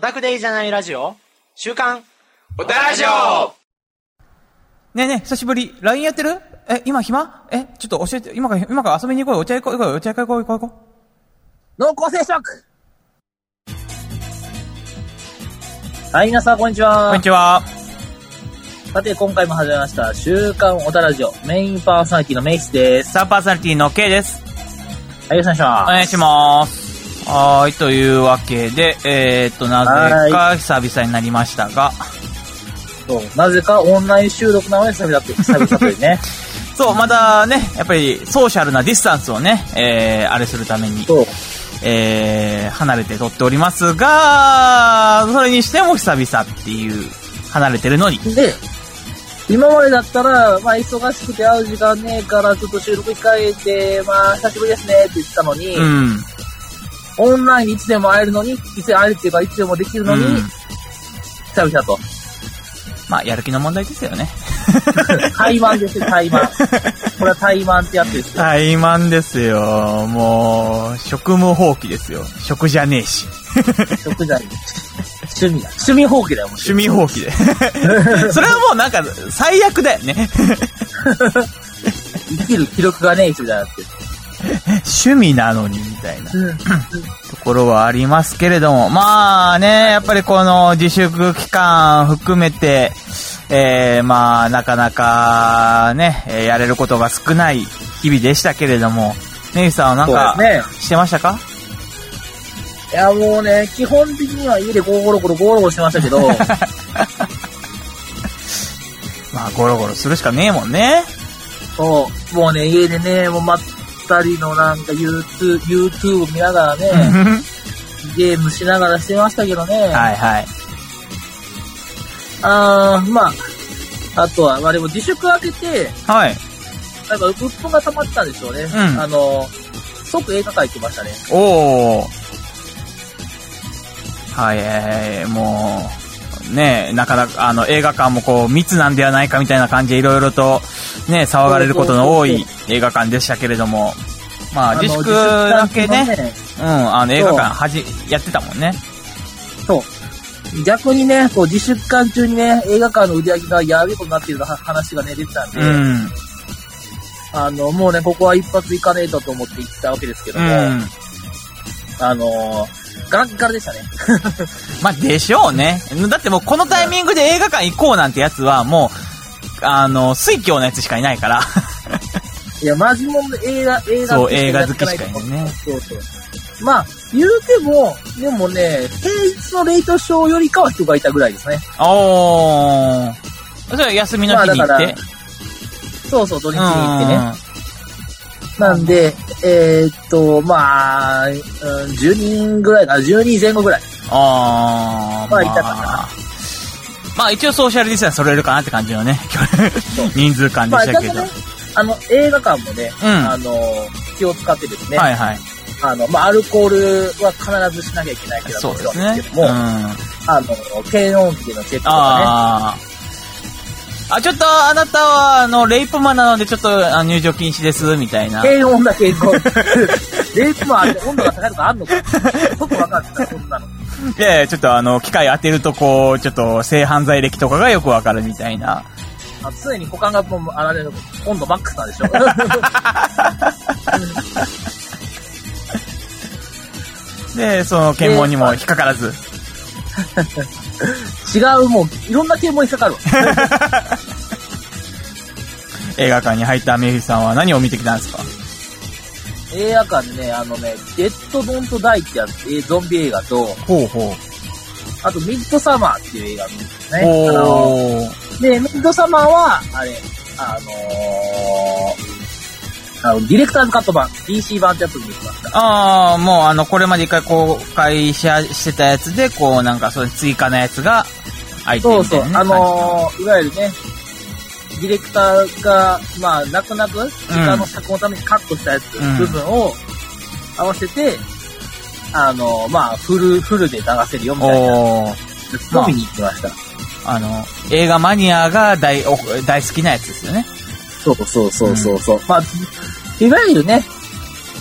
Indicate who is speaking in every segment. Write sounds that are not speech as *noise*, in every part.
Speaker 1: タクでいいじゃないラジオ週刊
Speaker 2: おたらじょ
Speaker 3: ねえねえ、久しぶり。LINE やってるえ、今暇え、ちょっと教えて、今から、今から遊びに行こうよ。お茶行こうよ。お茶行こうよ。行こうよ。
Speaker 4: 濃厚接触はい、皆さん、こんにちは。
Speaker 3: こんにちは。
Speaker 4: さて、今回も始めました、週刊オタラジオ、メインパーソナリティのメイスです。
Speaker 3: サーパーソナリティの K です。
Speaker 4: はい、よろしくお願いし
Speaker 3: お
Speaker 4: ま
Speaker 3: 願いします。はーい、というわけで、えーっと、なぜか久々になりましたが、
Speaker 4: す。そうなぜかオンライン収録なのに久々と久々という
Speaker 3: *laughs*
Speaker 4: ね。
Speaker 3: そう、またね、やっぱりソーシャルなディスタンスをね、えー、あれするために、
Speaker 4: そう。
Speaker 3: えー、離れて撮っておりますが、それにしても久々っていう、離れてるのに。
Speaker 4: で、今までだったら、まあ、忙しくて会う時間ねえから、ちょっと収録控えて、まあ、久しぶりですねって言ってたのに、
Speaker 3: うん。
Speaker 4: オンラインいつでも会えるのに、いつ会えるっていうか、いつでもできるのに、
Speaker 3: うん
Speaker 4: 久々と。
Speaker 3: まあ、やる気の問題ですよね。
Speaker 4: *laughs* 怠慢ですよ、怠慢。これは怠慢ってやつですよ。
Speaker 3: 怠慢ですよ。もう、職務放棄ですよ。職じゃねえし。
Speaker 4: 食材。趣味だ。趣味放棄だよ、もう。
Speaker 3: 趣味
Speaker 4: *laughs*
Speaker 3: 放棄で。それはもうなんか、最悪だよね。
Speaker 4: 生きる記録がねえ人じゃなくて。
Speaker 3: 趣味なのに、みたいな。ところはありますけれども、まあね、やっぱりこの自粛期間含めて、えー、まあなかなかね、えーやれることが少ない日々でしたけれども、ネイさんはなんか、
Speaker 4: そうです
Speaker 3: してましたか
Speaker 4: ね。いや、もうね、基本的には家でゴロゴロゴロゴロしてましたけ
Speaker 3: *laughs*
Speaker 4: ど、
Speaker 3: まあゴロゴロするしかねえもんね。
Speaker 4: そう、もうね、家でね、もうまったりのなんか YouTube、YouTube 見ながら
Speaker 3: *laughs*
Speaker 4: ね、ゲームしながらしてましたけどね。
Speaker 3: はいはい。
Speaker 4: あー、まあ、あとは、まあでも自粛開けて、
Speaker 3: はい。
Speaker 4: なんか、うっぷんが溜まってたんでしょうね。
Speaker 3: ん
Speaker 4: あの、即映画館行きましたね。
Speaker 3: おお。はい、えー、もう、ねなかなか、あの、映画館もこう、密なんではないかみたいな感じで、いろいろと、ね騒がれることの多い映画館でしたけれども、まあ、
Speaker 4: の
Speaker 3: 自粛だけ
Speaker 4: 自
Speaker 3: ね、
Speaker 4: 粛の
Speaker 3: うん、あの、映画館はじ、やってたもんね。
Speaker 4: 逆にね、こう自粛期間中にね、映画館の売り上げがやべえことになっているような話がね、出てたんで、
Speaker 3: うん、
Speaker 4: あの、もうね、ここは一発行かねえとと思って行ったわけですけど
Speaker 3: う
Speaker 4: も、
Speaker 3: ん。
Speaker 4: あのー、ガラッガラでしたね。
Speaker 3: まあ、でしょうね。だってもう、このタイミングで映画館行こうなんてやつは、もう、あの、水郷のやつしかいないから。
Speaker 4: いや、マジもんで映画、映画
Speaker 3: そ
Speaker 4: 好
Speaker 3: う
Speaker 4: きしかやって
Speaker 3: 映画好きしかいない
Speaker 4: と思う
Speaker 3: ね
Speaker 4: そうそう。まあ、言うても、でもね、平日のレイトショーよりかは人がいたぐらいですね。
Speaker 3: おー。それは休みの日に行
Speaker 4: ま
Speaker 3: っ
Speaker 4: あ
Speaker 3: て。
Speaker 4: だからそうそう、土日に行ってね。
Speaker 3: う
Speaker 4: なんで、えーっと、まあ、うん、10人ぐらいかな、10人前後ぐらい。
Speaker 3: ん。あー。
Speaker 4: まあいたか
Speaker 3: な。まあ一応ソーシャルディスタンス取れるかなって感じのね、人数感で
Speaker 4: まあ、ち
Speaker 3: し
Speaker 4: ゃ
Speaker 3: た
Speaker 4: ん
Speaker 3: け
Speaker 4: と
Speaker 3: ど。
Speaker 4: ね、あの、映画館もね、
Speaker 3: うん
Speaker 4: あの、気を使ってですね、
Speaker 3: はいはい。
Speaker 4: あの、まあ、アルコールは必ずしなきゃいけないけど、
Speaker 3: そうです
Speaker 4: もちろん
Speaker 3: ね
Speaker 4: です。けど
Speaker 3: うん。
Speaker 4: も、
Speaker 3: あ
Speaker 4: あの、検温器のチェックとか
Speaker 3: あー。あ、ちょっとあなたは、あの、レイプマンなのでちょっとあ入場禁止です、みたいな。
Speaker 4: ね、検温だけこう、レイプもあれ温度が高いとかあんのか、ちょっとわかんない、そんなの。
Speaker 3: で、ちょっとあの、機械当てるとこう、ちょっと性犯罪歴とかがよくわかるみたいな。
Speaker 4: あ常に股間がもう、あれ、温度マックスなんでしょ。
Speaker 3: で、その検問にも引っかからず。
Speaker 4: 違う、もう、いろんな検温に引っかかるわ。
Speaker 3: 映画館に入ったメイフィさんは何を見てきたんですか
Speaker 4: 映画館でね、あのね、デッド・ドント・ダイってやつ、えーゾンビ映画と、
Speaker 3: ほうほう。
Speaker 4: あと、ミッドサマーっていう映画見るんですね。あの
Speaker 3: おー。
Speaker 4: で、ミッドサマーは、あれ、あのー、あの、ディレクターズカット版、DC 版ってやつにできました。
Speaker 3: ああ、もうあの、これまで一回公開ししてたやつで、こう、なんか、その追加のやつが入って
Speaker 4: そ
Speaker 3: み
Speaker 4: う
Speaker 3: た
Speaker 4: そ、
Speaker 3: いうなね、
Speaker 4: あのー、いわゆるね、ディレクターが、まあ、泣く泣く、時間の作のためにカットしたやつ、
Speaker 3: うん
Speaker 4: 部分を合わせて、あのー、まあ、フル、フルで流せるよみたいなや
Speaker 3: おー
Speaker 4: つを見に行きました。
Speaker 3: あの、映画マニアが大、お大好きなやつですよね。
Speaker 4: そうそうそうそうそう。まあ、いわゆるね、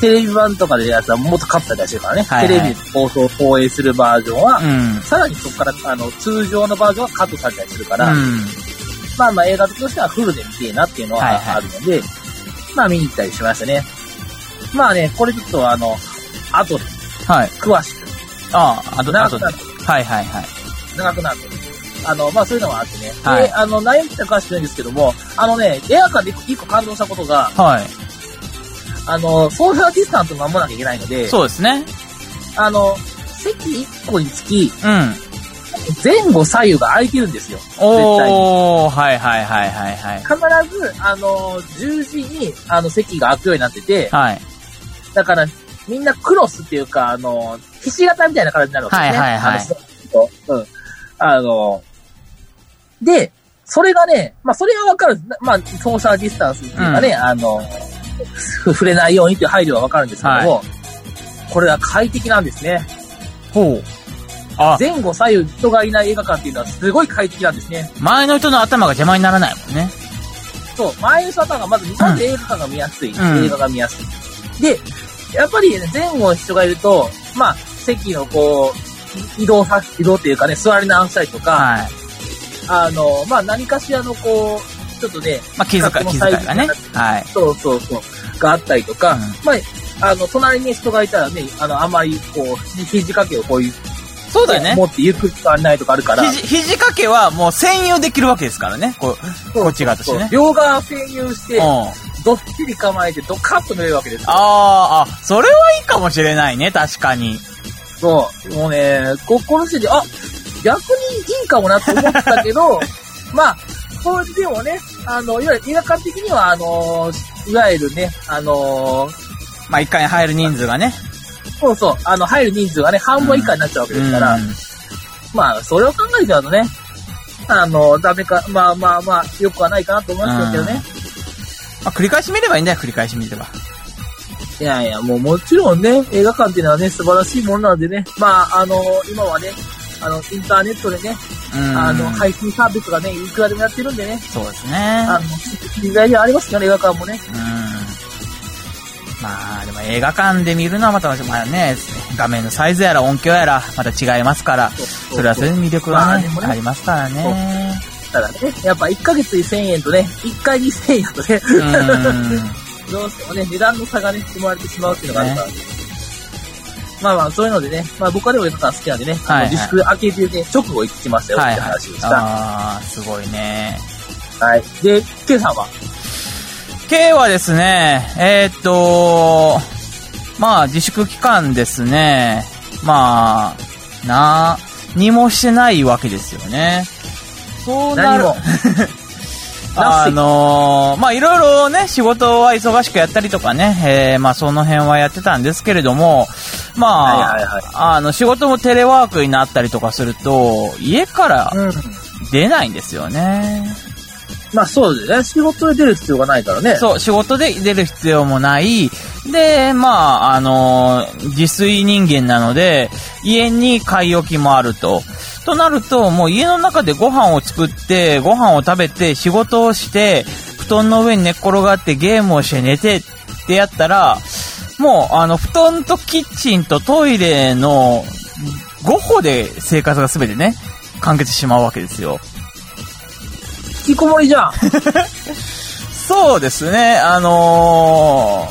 Speaker 4: テレビ版とかでやつはもっとカット出してるからね、
Speaker 3: はいはい
Speaker 4: テレビ放送、放映するバージョンは、
Speaker 3: うん。
Speaker 4: さらにそこから、あの、通常のバージョンはカットされたりするから、
Speaker 3: うん。
Speaker 4: まあまあ映画としてはフルで見てえなっていうの
Speaker 3: はいはい
Speaker 4: はあるので、まあ見に行ったりしましたね。まあね、これちょっとあの、後で
Speaker 3: はい。
Speaker 4: 詳しく、
Speaker 3: ああ、あと、あ
Speaker 4: 長
Speaker 3: と
Speaker 4: く
Speaker 3: で
Speaker 4: なる。
Speaker 3: はいはいはい。
Speaker 4: 長くなるので。あの、まあそういうのもあってね。
Speaker 3: はい
Speaker 4: で、あの、内容自体は詳しくないんですけども、あのね、映画館で一個感動したことが、
Speaker 3: はい。
Speaker 4: あの、ソーシャルディスタンスを守らなきゃいけないので、
Speaker 3: そうですね。
Speaker 4: あの、席1個につき、
Speaker 3: うん。
Speaker 4: 前後左右が空いてるんですよ。絶対に。
Speaker 3: おー、はいはいはいはいはい。
Speaker 4: 必ず、あの、10時に、あの、席が空くようになってて、
Speaker 3: はい。
Speaker 4: だから、みんなクロスっていうか、あの、ひし形みたいな形になるわけですね。
Speaker 3: はいはいはい
Speaker 4: あのそううん。あの、で、それがね、まあ、それがわかる。まあ、ソーシャルディスタンスっていうかね、あの、ふ触れないようにっていう配慮はわかるんですけども、これは快適なんですね。
Speaker 3: ほう。あ、
Speaker 4: 前後左右人がいない映画館っていうのはすごい快適なんですね。
Speaker 3: 前の人の頭が邪魔にならないもんね。
Speaker 4: そう、前の人がまず、まず映画館が見やすい。
Speaker 3: うん
Speaker 4: 映画が見やすい。で、やっぱりね前後の人がいると、まあ、席をこう、移動さ、移動っていうかね、座り直したりとか、
Speaker 3: はい。
Speaker 4: あの、まあ何かしらのこう、ちょっとね、
Speaker 3: まあ、気遣い、気遣いがね。はい。
Speaker 4: そうそうそう、があったりとか、
Speaker 3: うん
Speaker 4: まあ、あの、隣に人がいたらね、あの、あまりこう、ひ肘掛けをこういう、
Speaker 3: そうだよね。
Speaker 4: 持ってゆっくり座れないとかあるから、
Speaker 3: 肘、肘掛けはもう専用できるわけですからね。こう、こっち側としてね。
Speaker 4: 両側占有し
Speaker 3: うん。
Speaker 4: て、
Speaker 3: あ
Speaker 4: どっしり構えて、ドカッと見れるわけですよ
Speaker 3: あー、あ、それはいいかもしれないね、確かに。
Speaker 4: そう。もうね、ここの時点で、あ、逆にいいかもなと思ったけど、 *laughs* まあ、これでもね、あの、いわゆる映画館的には、あの、いわゆるね、あの、
Speaker 3: まあ、一回に入る人数がね。
Speaker 4: そうそう、あの、入る人数がね、半分以下になっちゃうわけで
Speaker 3: う
Speaker 4: す
Speaker 3: ん。
Speaker 4: から、まあ、それを考えちゃうとね、あの、ダメか、まあまあまあ、よくはないかなと思いますけどね。
Speaker 3: まあ、繰り返し見ればいいんだよ、繰り返し見れば。
Speaker 4: いやいや、もうもちろんね、映画館っていうのはね、素晴らしいものなんでね、まあ、あの、今はね、あの、インターネットでね、
Speaker 3: うん。
Speaker 4: あの、配信サービスがね、いくらでもやってるんでね、
Speaker 3: そうですね。
Speaker 4: あの、時代ではありますよね、映画館もね。
Speaker 3: うん。まあ、でも映画館で見るのはまた、まあね、画面のサイズやら音響やら、また違いますから、それはそれで魅力
Speaker 4: ま
Speaker 3: が
Speaker 4: あ
Speaker 3: ね
Speaker 4: でもね
Speaker 3: ありますからね。
Speaker 4: ただね、やっぱ1ヶ月に1000円とね、1回に1000円とね、 *laughs*
Speaker 3: うん。
Speaker 4: どうしてもね、値段の差がね、生まれてしまうっていうのがあるから。まあまあ、そういうのでね、まあ僕はでも映画館好きなんでね、
Speaker 3: はいはい
Speaker 4: 自粛明けてね、直後行ってきましたよって話でした。はい、
Speaker 3: ああ、すごいね。
Speaker 4: で、K さんは
Speaker 3: K はですね、えーっと、まあ自粛期間ですね、まあ、な、にもしてないわけですよね。そうな
Speaker 4: 何
Speaker 3: る
Speaker 4: *laughs* も。。
Speaker 3: あのーまあいろいろね、仕事は忙しくやったりとかね、えーまあその辺はやってたんですけれども、まあ、
Speaker 4: はいはいはい
Speaker 3: あの、仕事もテレワークになったりとかすると、家から
Speaker 4: うん。
Speaker 3: 出ないんですよね。
Speaker 4: まあそうですね。仕事で出る必要がないからね。
Speaker 3: そう、仕事で出る必要もない。で、まあ、あの自炊人間なので、家に買い置きもあると。となると、もう家の中でご飯を作って、ご飯を食べて、仕事をして、布団の上に寝っ転がってゲームをして寝てってやったら、もう、あの、布団とキッチンとトイレの5歩で生活が全てね、完結してしまうわけですよ。
Speaker 4: 引きこもりじゃん。
Speaker 3: そうですね、あの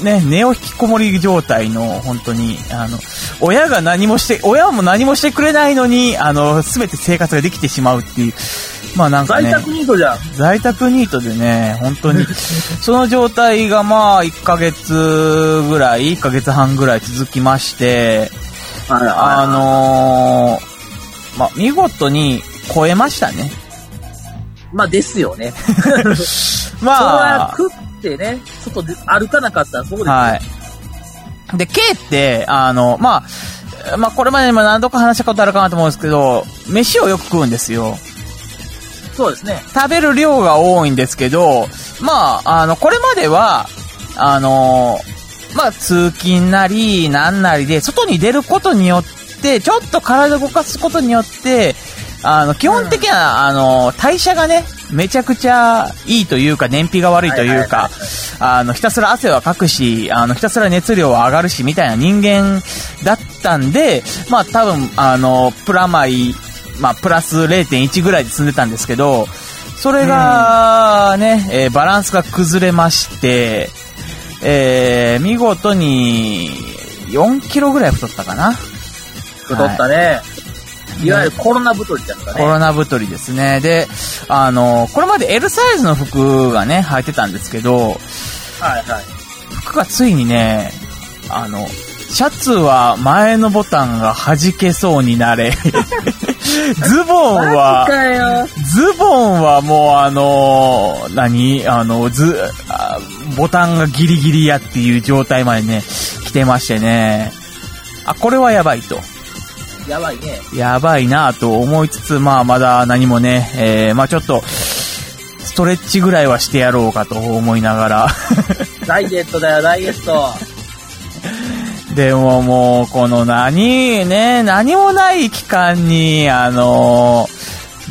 Speaker 3: ーね、ネオ引きこもり状態の、本当に、あの、親が何もして、親も何もしてくれないのに、あの、すべて生活ができてしまうっていう、まあなんか
Speaker 4: 在
Speaker 3: ね、
Speaker 4: 宅ニートじゃん。
Speaker 3: 在宅ニートでね、本当
Speaker 4: *laughs*
Speaker 3: に、その状態がまあ、1ヶ月ぐらい、1ヶ月半ぐらい続きまして、
Speaker 4: あ
Speaker 3: あのーまあ、見事に超えましたね。
Speaker 4: まあですよ
Speaker 3: *laughs*
Speaker 4: ね。
Speaker 3: まあ、
Speaker 4: そうやって食ってね、外で歩かなかったらそうですよ
Speaker 3: はい。で、K って、あの、まあ、まあ、これまでにも何度か話したことあるかなと思うんですけど、飯をよく食うんですよ。
Speaker 4: そうですね。
Speaker 3: 食べる量が多いんですけど、まあ、あの、これまでは、あの、まあ、通勤なり、なんなりで、外に出ることによって、ちょっと体を動かすことによって、あの、基本的には、あの、代謝がね、めちゃくちゃいいというか、燃費が悪いという
Speaker 4: は
Speaker 3: か
Speaker 4: いはい、
Speaker 3: あの、ひたすら汗はかくし、あの、ひたすら熱量は上がるし、みたいな人間だったんで、まあ多分、あの、プラマイ、まあプラス0.1ぐらいで積んでたんですけど、それが、ね、えーバランスが崩れまして、えー見事に、4キロぐらい太ったかな。
Speaker 4: 太ったね。い、わゆるコロナ太りだった
Speaker 3: コ
Speaker 4: ね。
Speaker 3: ロナ太りですね。で、あの、これまで L サイズの服がね、履いてたんですけど、
Speaker 4: はいはい。
Speaker 3: 服がついにね、あの、シャツは前のボタンが弾けそうになれ。ズボン
Speaker 4: マジ
Speaker 3: は、
Speaker 4: かよ。
Speaker 3: ズボンはもうあの、何あの、ず、あボタンがギリギリやっていう状態までね、来てましてね。あ、これはやばいと。
Speaker 4: やばいね。
Speaker 3: やばいなぁと思いつつ、まあまだ何もね、えー、まあちょっと、ストレッチぐらいはしてやろうかと思いながら。 *laughs*
Speaker 4: ダイエットだよ、ダイエット。 *laughs*
Speaker 3: でももう、この何、ね、何もない期間に、あのー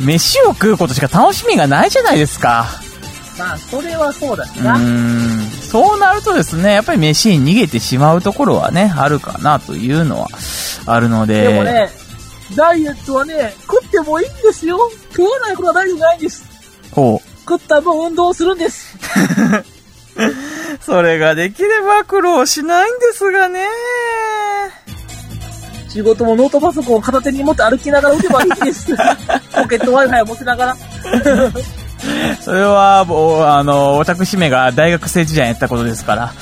Speaker 3: 飯を食うことしか楽しみがないじゃないですか。
Speaker 4: まあ、それはそうだし
Speaker 3: う
Speaker 4: な。
Speaker 3: ーん。そうなるとですね、やっぱり飯に逃げてしまうところはね、あるかなというのはあるので。
Speaker 4: でもね、ダイエットはね、食ってもいいんですよ。食わないことはダイエットじゃないんです。
Speaker 3: こう。
Speaker 4: 食った分運動するんです。
Speaker 3: それができれば苦労しないんですがね。
Speaker 4: 仕事もノートパソコンを片手に持って歩きながら打てばいいん
Speaker 3: *laughs*
Speaker 4: です。ポケット Wi-Fi を持ちながら。
Speaker 3: それは、おあの、私めが大学生時代にやったことですから。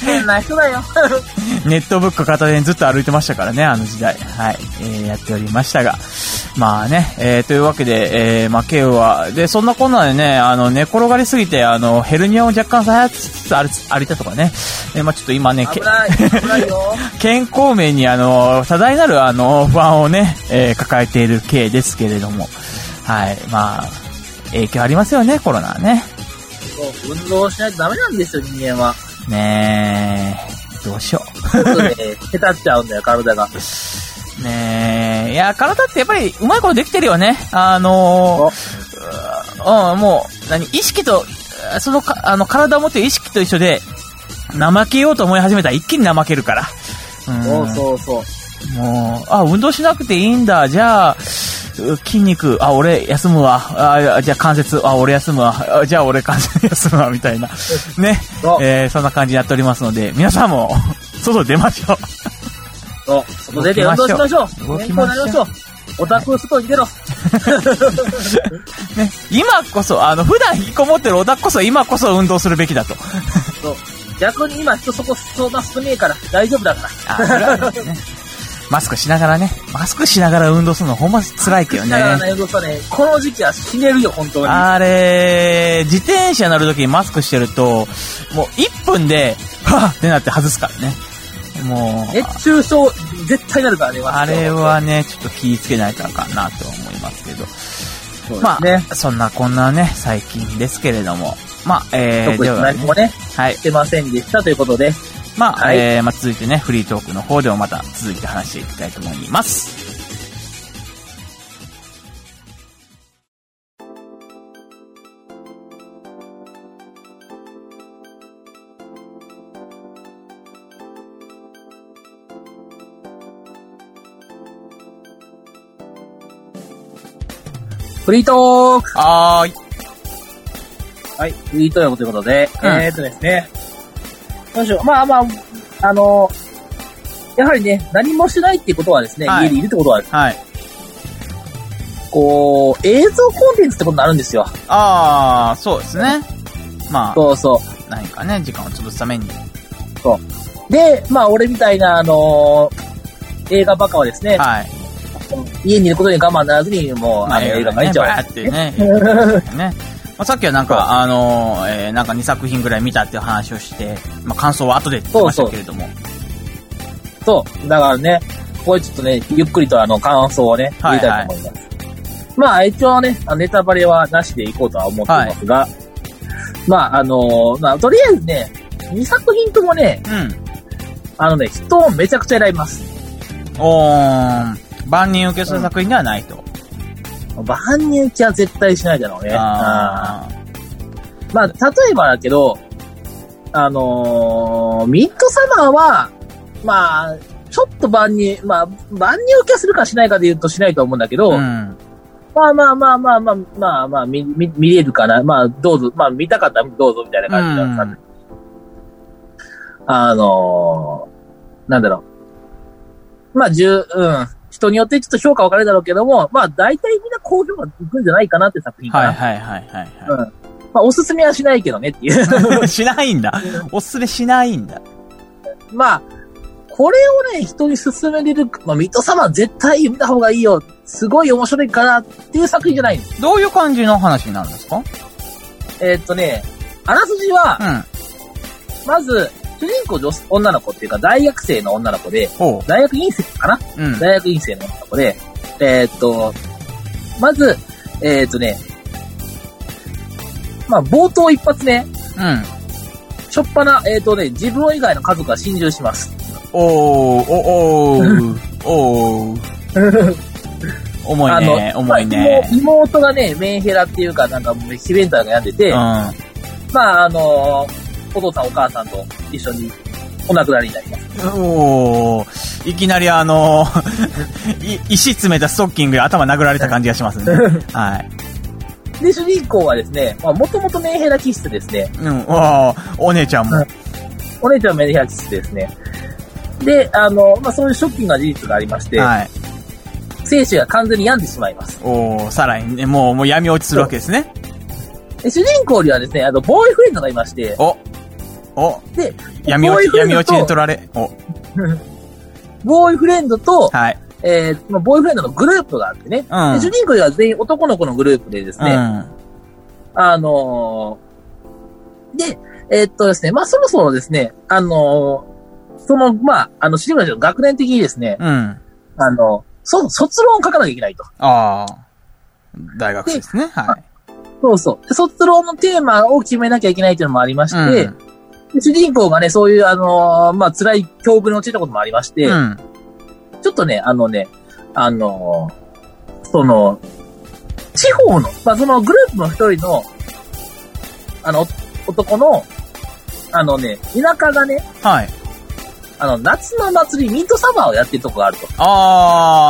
Speaker 4: 変な人だよ。
Speaker 3: ネットブック片手にずっと歩いてましたからね、あの時代。はい。えーやっておりましたが。まあね、えーというわけで、えーまあ、ケイは、で、そんなこんなでね、あの、寝転がりすぎて、あの、ヘルニアを若干再発しつつある、ありだとかね。えーまあ、ちょっと今ね、け
Speaker 4: 危ない、危ない
Speaker 3: *laughs*
Speaker 4: よ。
Speaker 3: 健康面にあの多大なるあの不安をね、えー抱えている系ですけれども、はい、まあ、影響ありますよね、コロナはね。
Speaker 4: そう運動しないとダメなんですよ、人間は。
Speaker 3: ねえ、どうしよ
Speaker 4: ちょっとね、へたっちゃうんだよ、体が。
Speaker 3: う。ねえ、いや、体ってやっぱりうまいことできてるよね。あのー、うん、もう、何、意識と、そのか、あの、体を持ってる意識と一緒で、怠けようと思い始めたら一気に怠けるから。うん
Speaker 4: そうそうそう。
Speaker 3: もう、あ、運動しなくていいんだ。じゃあ、う筋肉、あ、俺休むわ。あ、じゃあ関節、あ、俺休むわ。あじゃあ俺関節 *laughs* 休むわ、みたいな。ね
Speaker 4: そ。う
Speaker 3: えーそんな感じになっておりますので、皆さんも、 *laughs* 外出ましょう。
Speaker 4: そう。外出て運動しましょう。健康
Speaker 3: 動き
Speaker 4: に
Speaker 3: ま
Speaker 4: な
Speaker 3: しょ
Speaker 4: りま
Speaker 3: う
Speaker 4: しょう。オタクを外に出ろ。
Speaker 3: ね。今こそ、あの、普段引きこもってるオタクこそ、今こそ運動するべきだと。
Speaker 4: そう。逆に今人そこそんな少ねえから大丈夫だから。
Speaker 3: あ、それはありますね。マスクしながらね。マスクしながら運動するのほんま辛いけどね。
Speaker 4: だからね、動かね、この時期は死ねるよ、本当に。
Speaker 3: あれ、自転車乗るときにマスクしてると、もう1分で、はぁってなって外すからね。もう、
Speaker 4: 熱中症、絶対なるからね、
Speaker 3: あれはね、ちょっと気ぃつけないとあかんなと思いますけど。ま
Speaker 4: まあ、ね。
Speaker 3: あ、そんなこんなね、最近ですけれども。まあ、えー、
Speaker 4: 特
Speaker 3: で
Speaker 4: に
Speaker 3: は、
Speaker 4: 何
Speaker 3: ね
Speaker 4: も、ね、
Speaker 3: はい
Speaker 4: し。てませんでしたということで。
Speaker 3: まあ、
Speaker 4: はい
Speaker 3: えー、まあ、続いてね、フリートークの方でもまた続いて話していきたいと思います。
Speaker 4: フリートーク
Speaker 3: あーい。
Speaker 4: はい、フリートークということで、
Speaker 3: うん
Speaker 4: えーっとですね。どうしよう。まあまあ、あの、やはりね、何もしないっていうことはですね、
Speaker 3: はい
Speaker 4: 家にいるってことは、
Speaker 3: はい。
Speaker 4: こう、映像コンテンツってことになるんですよ。
Speaker 3: あー、そうですね。まあ、
Speaker 4: そうそう。
Speaker 3: 何かね、時間を潰すために。
Speaker 4: で、まあ、俺みたいな、あのー映画バカはですね、
Speaker 3: はい。
Speaker 4: 家にいることに我慢ならずに、もう、
Speaker 3: ま
Speaker 4: あ
Speaker 3: あ、
Speaker 4: の、
Speaker 3: 映
Speaker 4: 映画
Speaker 3: 画が
Speaker 4: が
Speaker 3: ね、
Speaker 4: 見ち
Speaker 3: バ
Speaker 4: ゃ
Speaker 3: ー
Speaker 4: う。
Speaker 3: って
Speaker 4: *laughs*
Speaker 3: ね。ね。まあ、さっきはなんか、あのー、えーなんか2作品ぐらい見たっていう話をして、まあ、感想は後でって言ってましたけれども。
Speaker 4: そう。だからね、これちょっとね、ゆっくりとあの、感想をね、言
Speaker 3: はい
Speaker 4: いたいと思います。まあ、一応ね、あのネタバレはなしでいこうとは思ってますが、まあ、あのーまあ、とりあえずね、2作品ともね、
Speaker 3: うん。
Speaker 4: あのね、人をめちゃくちゃ選びます。
Speaker 3: おーん。万人受けする作品ではないと。
Speaker 4: 万人受けは絶対しないだろうね。あ
Speaker 3: あー
Speaker 4: ーまあ、例えばだけど、あのーミッドサマーは、まあ、ちょっと万人、まあ、万人受けするかしないかで言うとしないと思うんだけど、
Speaker 3: うん。
Speaker 4: まあまあまあまあまあまあまあ、見、見、見れるかな。まあ、どうぞ、まあ見たかったらどうぞみたいな感じだったんで、あのー、なんだろう。まあ、十、うん。人によってちょっと評価分かれるだろうけども、まあ大体みんな高評価いくんじゃないかなって作品か
Speaker 3: はい
Speaker 4: な。
Speaker 3: はいはいはい、
Speaker 4: うん
Speaker 3: は
Speaker 4: まあおすすめはしないけどねっていう。 *laughs*
Speaker 3: い。 *laughs* しないんだ。おすすめしないんだ。
Speaker 4: まあ、これをね、人に勧めれる、まあ、ミッドサマー絶対見た方がいいよ。すごい面白いからっていう作品じゃないんです。
Speaker 3: どういう感じの話になるんですか
Speaker 4: えーっとね、あらすじは
Speaker 3: う、ん。
Speaker 4: まず、主人公女子女の子っていうか、大学生の女の子で、
Speaker 3: ほ
Speaker 4: 大学院生かな
Speaker 3: う。うん。
Speaker 4: 大学院生の女の子で、えーっと、まず、えーっとね、まあ、冒頭一発目、
Speaker 3: うん。
Speaker 4: しょっぱな、えーっとね、自分以外の家族が侵入します。
Speaker 3: おー、おー、おー、お
Speaker 4: *laughs*
Speaker 3: ー。重いね、重い
Speaker 4: まあ
Speaker 3: ね。
Speaker 4: 妹妹がね、メンヘラっていうか、なんか、ヒベンターが病んでて、
Speaker 3: うん。は
Speaker 4: まあ、あのーお父さんお母さんと一緒にお亡くなりになります。
Speaker 3: おー、いきなりあの *laughs* ー、い石詰めたストッキングで頭殴られた感じがし
Speaker 4: *laughs*
Speaker 3: ますね。はい。
Speaker 4: で、主人公はですね、まあ、もともとメンヘラ気質ですね、
Speaker 3: うん、おー、お姉ちゃんも。
Speaker 4: お姉ちゃんはメディアキスですね。で、あの、まあ、そういうショッキングな事実がありまして、
Speaker 3: はい。
Speaker 4: 精子が完全に病んでしまいます。
Speaker 3: おー、さらにね、もう、もう闇落ちするわけですね。
Speaker 4: で主人公にはですね、あの、ボーイフレンドがいまして、
Speaker 3: お、お、
Speaker 4: で、
Speaker 3: 闇
Speaker 4: ボー
Speaker 3: 落
Speaker 4: イ
Speaker 3: ち、
Speaker 4: フレン
Speaker 3: 闇
Speaker 4: ド
Speaker 3: 落
Speaker 4: と
Speaker 3: ちに取られ。お、
Speaker 4: ボーイフレンドと、
Speaker 3: はい。
Speaker 4: えーまあボーイフレンドのグループがあってね、
Speaker 3: うん
Speaker 4: で主人公には全員男の子のグループでです
Speaker 3: う
Speaker 4: ね、
Speaker 3: ん。
Speaker 4: あのーで、えーっとですね、まあ、そろそろですね、あのーその、まあ、あの、主人公たちの学年的にですね、
Speaker 3: うん。
Speaker 4: あの、そ、卒論を書かなきゃいけないと。
Speaker 3: あー。大学生ですね。は
Speaker 4: そうそう。で卒論のテーマを決めなきゃいけないというのもありまし
Speaker 3: い。
Speaker 4: て、で主人公がね、そういう、あのーまあ、辛い境遇に陥ったこともありまして、
Speaker 3: うん。うん。
Speaker 4: ちょっとね、あのね、あのーその、地方の、まあ、そのグループの一人の、あの、男の、あのね、田舎がね、
Speaker 3: はい。
Speaker 4: あの、夏の祭り、ミントサマーをやってるとこがあると。い
Speaker 3: あ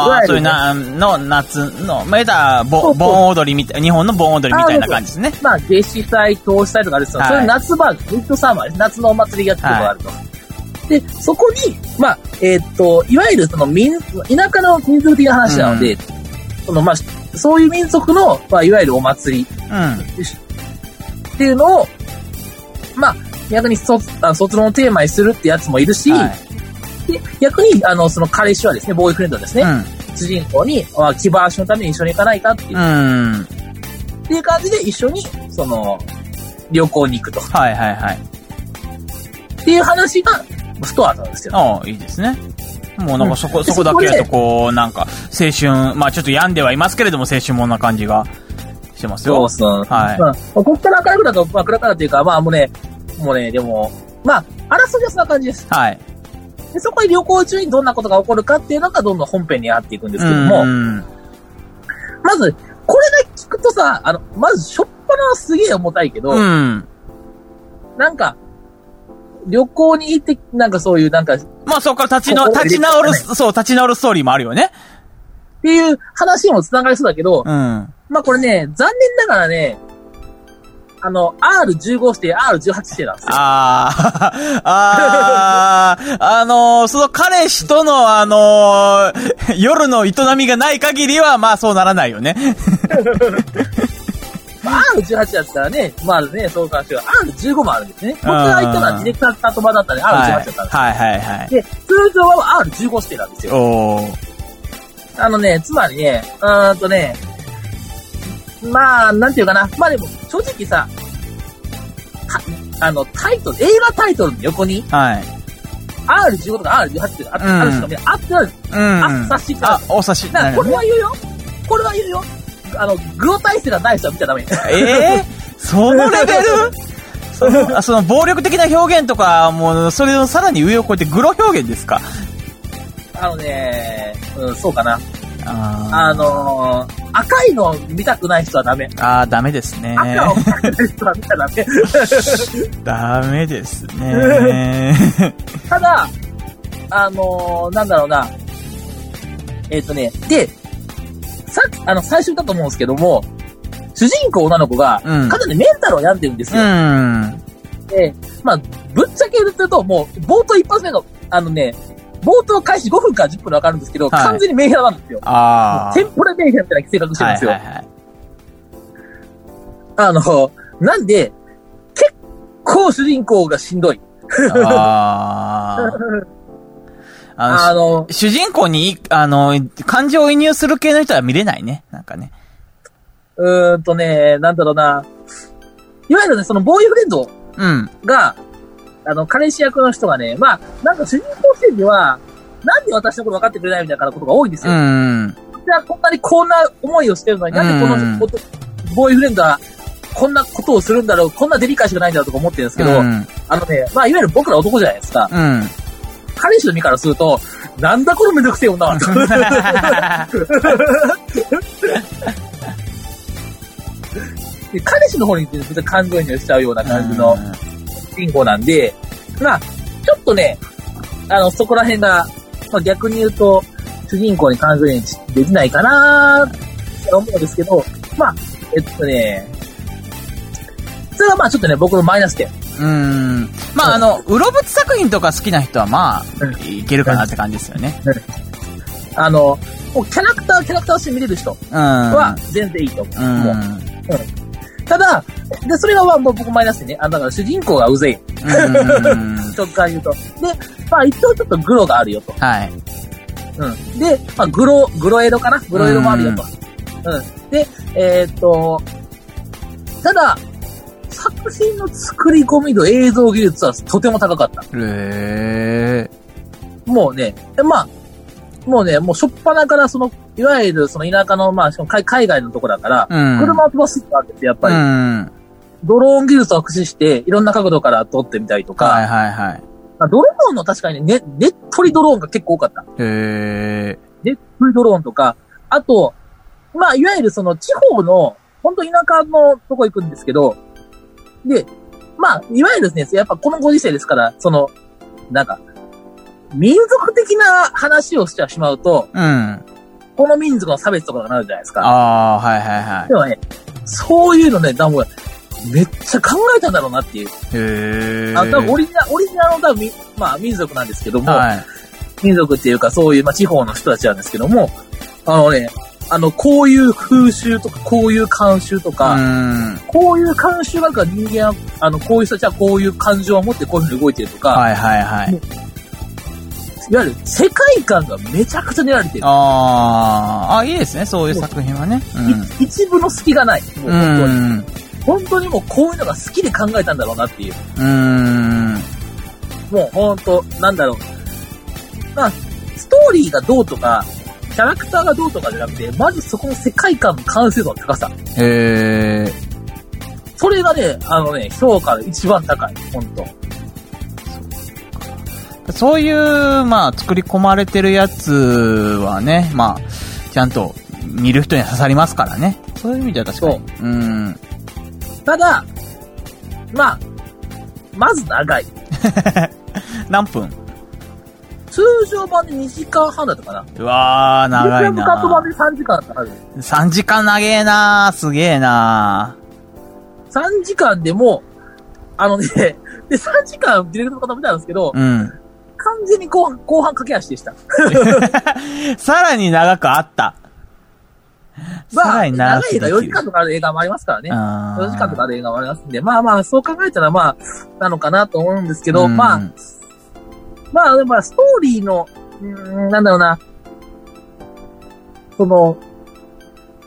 Speaker 4: わ
Speaker 3: あ、
Speaker 4: ゆるね
Speaker 3: そういうな、の、夏の、まあ、言うたら、
Speaker 4: そ
Speaker 3: ぼ
Speaker 4: うそう
Speaker 3: 盆踊りみたい、日本の盆踊りみたいな感じですね。
Speaker 4: まあ、夏至祭、冬至祭とかあるんですけど、
Speaker 3: はい
Speaker 4: そういう夏場、ミントサマーです、夏のお祭りやってるとこがあると。で、そこに、まあ、えーっと、いわゆるその民、田舎の民族的な話なので、その、まあ、そういう民族の、まあ、いわゆるお祭り
Speaker 3: うん。
Speaker 4: っていうのを、まあ、逆に卒あの卒論をテーマにするってやつもいるし、
Speaker 3: はい
Speaker 4: で逆に、あの、その彼氏はですね、ボーイフレンドですね、
Speaker 3: う
Speaker 4: 主人公に、まあ、気晴らしのために一緒に行かないかっていう,、
Speaker 3: ん。うん。
Speaker 4: っていう感じで一緒に、その、旅行に行くと。
Speaker 3: はいはいはい。
Speaker 4: っていう話が、ストアなんですよ。
Speaker 3: ああ、いいですね。もうなんかそこ、
Speaker 4: ん
Speaker 3: そこだけや
Speaker 4: そ
Speaker 3: と
Speaker 4: こで
Speaker 3: こう、なんか、青春、まあちょっと病んではいますけれども、青春もんな感じがしてますよ。
Speaker 4: そう。
Speaker 3: はい
Speaker 4: まあ、ここから暗くだと、まあ、暗くだというか、まあ、もうね、もうね、でも、まあ、あらすじはそんな感じです。
Speaker 3: はい。
Speaker 4: でそこに旅行中にどんなことが起こるかっていうのがどんどん本編にあっていくんですけども、
Speaker 3: うん。
Speaker 4: まず、これだけ聞くとさ、あの、まず、しょっぱなはすげえ重たいけど、
Speaker 3: うん。
Speaker 4: なんか、旅行に行って、なんかそういう、なんか、っ
Speaker 3: まあそこから立ちの、
Speaker 4: ここ
Speaker 3: 立ち直る、そう、立ち直るストーリーもあるよね。
Speaker 4: ていう話にも繋がりそうだけど、
Speaker 3: うん。
Speaker 4: まあこれね、残念ながらね、あの、R15 指定、R18 指定なんですよ。
Speaker 3: あー、 *laughs* あー、あのーその彼氏との、あのー夜の営みがない限りは、まあそうならないよね。
Speaker 4: まあ R18 だったらね、まあね、そうかしら、R15 もあるんですね。僕が行ったのはディレクターさんと場だったんで、R18
Speaker 3: はい、
Speaker 4: だったん
Speaker 3: は
Speaker 4: ですよ。
Speaker 3: いはいはい。
Speaker 4: で、通常は R15 指定なんですよ。
Speaker 3: おー、
Speaker 4: あのね、つまりね、うーんとね、まあ、なんていうかな。まあでも、正直さ、たあの、タイトル、映画タイトルの横に、
Speaker 3: はい。
Speaker 4: R15 とか R18 ってあ,、
Speaker 3: うん
Speaker 4: あるしかね、あってなる。
Speaker 3: う
Speaker 4: あ、
Speaker 3: ん。
Speaker 4: 察しか
Speaker 3: あ、お察し。
Speaker 4: だから、
Speaker 3: なる
Speaker 4: こ
Speaker 3: ほ
Speaker 4: れ
Speaker 3: どね
Speaker 4: は言うよ。これは言うよ。あの、グロ体制がない人は見ちゃダメ。
Speaker 3: *laughs* えー、そのレベルそのあその暴力的な表現とか、もう、それのさらに上を越えてグロ表現ですか。
Speaker 4: *laughs* あのね、うん、そうかな。
Speaker 3: あ
Speaker 4: あのー赤いの見たくない人はダメ。
Speaker 3: ーあー、ダメですね。
Speaker 4: 赤を見たくない人は見たらダメ。
Speaker 3: ダメです *laughs* ね。
Speaker 4: ただ、あのーなんだろうな。えっ、とね、で、さっき、あの、最初だと思うんですけども、主人公女の子が、
Speaker 3: うん
Speaker 4: かなりメンタルを病んでるんです
Speaker 3: う
Speaker 4: よ。
Speaker 3: ん。
Speaker 4: で、まあ、ぶっちゃけ言うと、もう、冒頭一発目の、あのね、冒頭開始5分から10分でわかるんですけど、
Speaker 3: はい
Speaker 4: 完全にメンヘラなんですよ。
Speaker 3: ああ。
Speaker 4: テンポレメンヘラみたいな性格してるんで
Speaker 3: はい
Speaker 4: すよ。
Speaker 3: はいはい。
Speaker 4: あの、なんで、結構主人公がしんどい。
Speaker 3: ああ。
Speaker 4: *laughs* あ
Speaker 3: あの、
Speaker 4: の、
Speaker 3: 主人公にい、あの、感情を移入する系の人は見れないね。なんかね。
Speaker 4: うーんとね、なんだろうな。いわゆるね、そのボーイフレンド
Speaker 3: うん。
Speaker 4: が、あの、彼氏役の人がね、まあ、なんか主人公視点では、なんで私のこと分かってくれないみたいなことが多いんです
Speaker 3: う
Speaker 4: よ。
Speaker 3: ん。
Speaker 4: こっちはこんなにこんな思いをしてるのに、なんでこ
Speaker 3: うん
Speaker 4: のこと、ボーイフレンドは、こんなことをするんだろう、こんなデリカシーがないんだろうとか思ってるんですけど、
Speaker 3: うん。
Speaker 4: あのね、まあ、いわゆる僕ら男じゃないですか。
Speaker 3: うん。
Speaker 4: 彼氏の身からすると、なんだこのめんどくせえ女は、と
Speaker 3: *laughs*
Speaker 4: で彼氏の方にずっと感情移入しちゃうような感じの主人公なんで、まあ、ちょっとね、あの、そこら辺が、まあ、逆に言うと、主人公に感情移入できないかなって思うんですけど、まあ、えっとね、それはまあちょっとね、僕のマイナス点。
Speaker 3: うん。まあ、あの、うろぶつ作品とか好きな人は、ま
Speaker 4: う
Speaker 3: あ、いけるかなって感じですよね。
Speaker 4: あの、もうキャラクター、キャラクターとして見れる人
Speaker 3: うん。は
Speaker 4: は全然いいと思う。
Speaker 3: うん。
Speaker 4: もうただ、で、それがまあ僕僕マイナス点ね。あのだから主人公がうぜい。
Speaker 3: うん
Speaker 4: 直感言うと。で、まあ一応ちょっとグロがあるよと。
Speaker 3: はい。
Speaker 4: うん。で、まあ、グロ、グロエロかなグロエロもあるよと。うん。で、えーっと、ただ、作品の作り込み度、映像技術はとても高かった。
Speaker 3: へ
Speaker 4: もうね、でまあ、もうね、もうしょっぱなからその、いわゆるその田舎の、まあ、しかも海海外のとこだから、
Speaker 3: うん。
Speaker 4: 車を飛ばすってわけで、やっぱり、
Speaker 3: うん。はい
Speaker 4: ドローン技術を駆使して、いろんな角度から撮ってみたりとか、
Speaker 3: はいはい。
Speaker 4: まあドローンの確かにね、ねねっとりドローンが結構多かった。
Speaker 3: へ
Speaker 4: ねっとりドローンとか、あと、まあ、いわゆるその地方の、本当田舎のとこ行くんですけど、で、まあ、いわゆるですね、やっぱこのご時世ですから、その、なんか、民族的な話をしてはしまうと、
Speaker 3: うん。あ
Speaker 4: この民族の差別とかがなるじゃないですか。
Speaker 3: あー、はいはいは
Speaker 4: でもね、そういうのね、多分、めっちゃ考えたんだろうなっていう。
Speaker 3: い。へえ。
Speaker 4: あ多分オリジナル、オリジナルの多分み、まあ民族なんですけども、
Speaker 3: はい。
Speaker 4: 民族っていうかそういう、まあ地方の人たちなんですけども、あのね、あの、こういう風習とか、こういう慣習とか、
Speaker 3: うん。
Speaker 4: こういう慣習があるから人間は、あの、こういう人たちはこういう感情を持ってこういうふうに動いてるとか、
Speaker 3: はいはいはい。
Speaker 4: い、わゆる世界観がめちゃくちゃ練られてる。
Speaker 3: ああ、あ、いいですね、そういう作品はね。
Speaker 4: い一部の隙がない。もう
Speaker 3: う
Speaker 4: 本当に、
Speaker 3: ん。
Speaker 4: 本当にもうこういうのが好きで考えたんだろうなっていう。
Speaker 3: うん。うん。
Speaker 4: もうほんと、なんだろう。まあ、ストーリーがどうとか、キャラクターがどうとかじゃなくて、まずそこの世界観の完成度の高さ。
Speaker 3: へえ。
Speaker 4: それがね、あのね、評価の一番高い。ほんと。
Speaker 3: そういう、まあ、作り込まれてるやつはね、まあ、ちゃんと見る人に刺さりますからね。そういう意味では確かに。うん。
Speaker 4: ただ、まあ、まず長い。
Speaker 3: 何分
Speaker 4: 通常版で2時間半だったかな。
Speaker 3: うわー、長い
Speaker 4: カット版
Speaker 3: な
Speaker 4: で3時間だったはず。
Speaker 3: 3時間長えなー、すげえな
Speaker 4: 3時間でも、あのね、 *laughs* で、3時間ディレクターの方見たんですけど
Speaker 3: ー。、うん。
Speaker 4: 完全に後半、後半駆け足でした。
Speaker 3: さらに長くあった。さ
Speaker 4: ま
Speaker 3: ら
Speaker 4: あ、
Speaker 3: に
Speaker 4: 長
Speaker 3: 長
Speaker 4: い
Speaker 3: く
Speaker 4: 映
Speaker 3: でき
Speaker 4: 画
Speaker 3: る。
Speaker 4: 4時間とかある映画もありますからね。
Speaker 3: あー
Speaker 4: 4時間とかある映画もありますんで、まあまあ、そう考えたらまあ、なのかなと思うんですけど、
Speaker 3: うん
Speaker 4: まあ、まあ、まあ、ストーリーの、うーん、なんだろうな、その、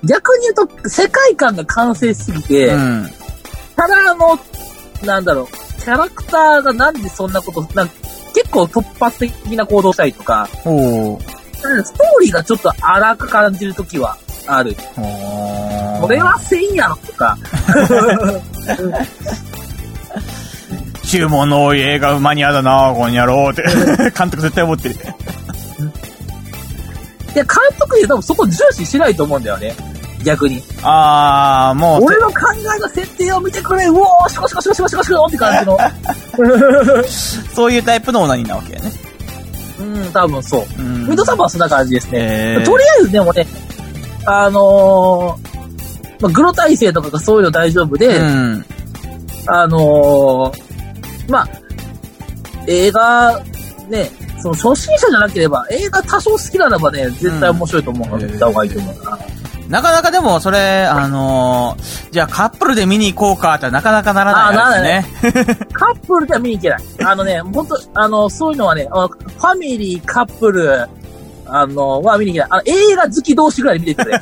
Speaker 4: 逆に言うと、世界観が完成しすぎて、
Speaker 3: うん。
Speaker 4: ただあの、なんだろう、キャラクターがなんでそんなこと、なん結構突発的な行動したりとか、
Speaker 3: おー。
Speaker 4: うんストーリーがちょっと荒く感じるときはある。
Speaker 3: おー
Speaker 4: これはせんやろと
Speaker 3: *laughs*
Speaker 4: か、
Speaker 3: 注文の多い映 *laughs* 画マニアだなこんやろうって監督絶対思ってる
Speaker 4: で、監督で多分そこ重視しないと思うんだよね。逆に。
Speaker 3: ああ、もう、
Speaker 4: 俺の考えの設定を見てくれうおーシコシコシコシコシコシコって感じ
Speaker 3: *laughs*
Speaker 4: の。
Speaker 3: そういうタイプのオナニーなわけやね。
Speaker 4: うん、多分そう。
Speaker 3: うん
Speaker 4: ミッドサマーはそんな感じですね。
Speaker 3: えー
Speaker 4: とりあえずでもね、あのーまあ、グロ体制とかがそういうの大丈夫で、
Speaker 3: うん。
Speaker 4: あのーまあ、映画、ね、その初心者じゃなければ、映画多少好きならばね、絶対面白いと思うので、
Speaker 3: うん
Speaker 4: 見た方がいいと思うな。
Speaker 3: なかなかでも、それ、あのーじゃあカップルで見に行こうかってなかなかならないですね。
Speaker 4: カップルでは見に行けない。あの
Speaker 3: *laughs*
Speaker 4: ね、本当あの、そういうのはね、あのファミリー、カップル、あの、は見に行けない。あの、映画好き同士ぐらいで見て
Speaker 3: *laughs*
Speaker 4: くれ。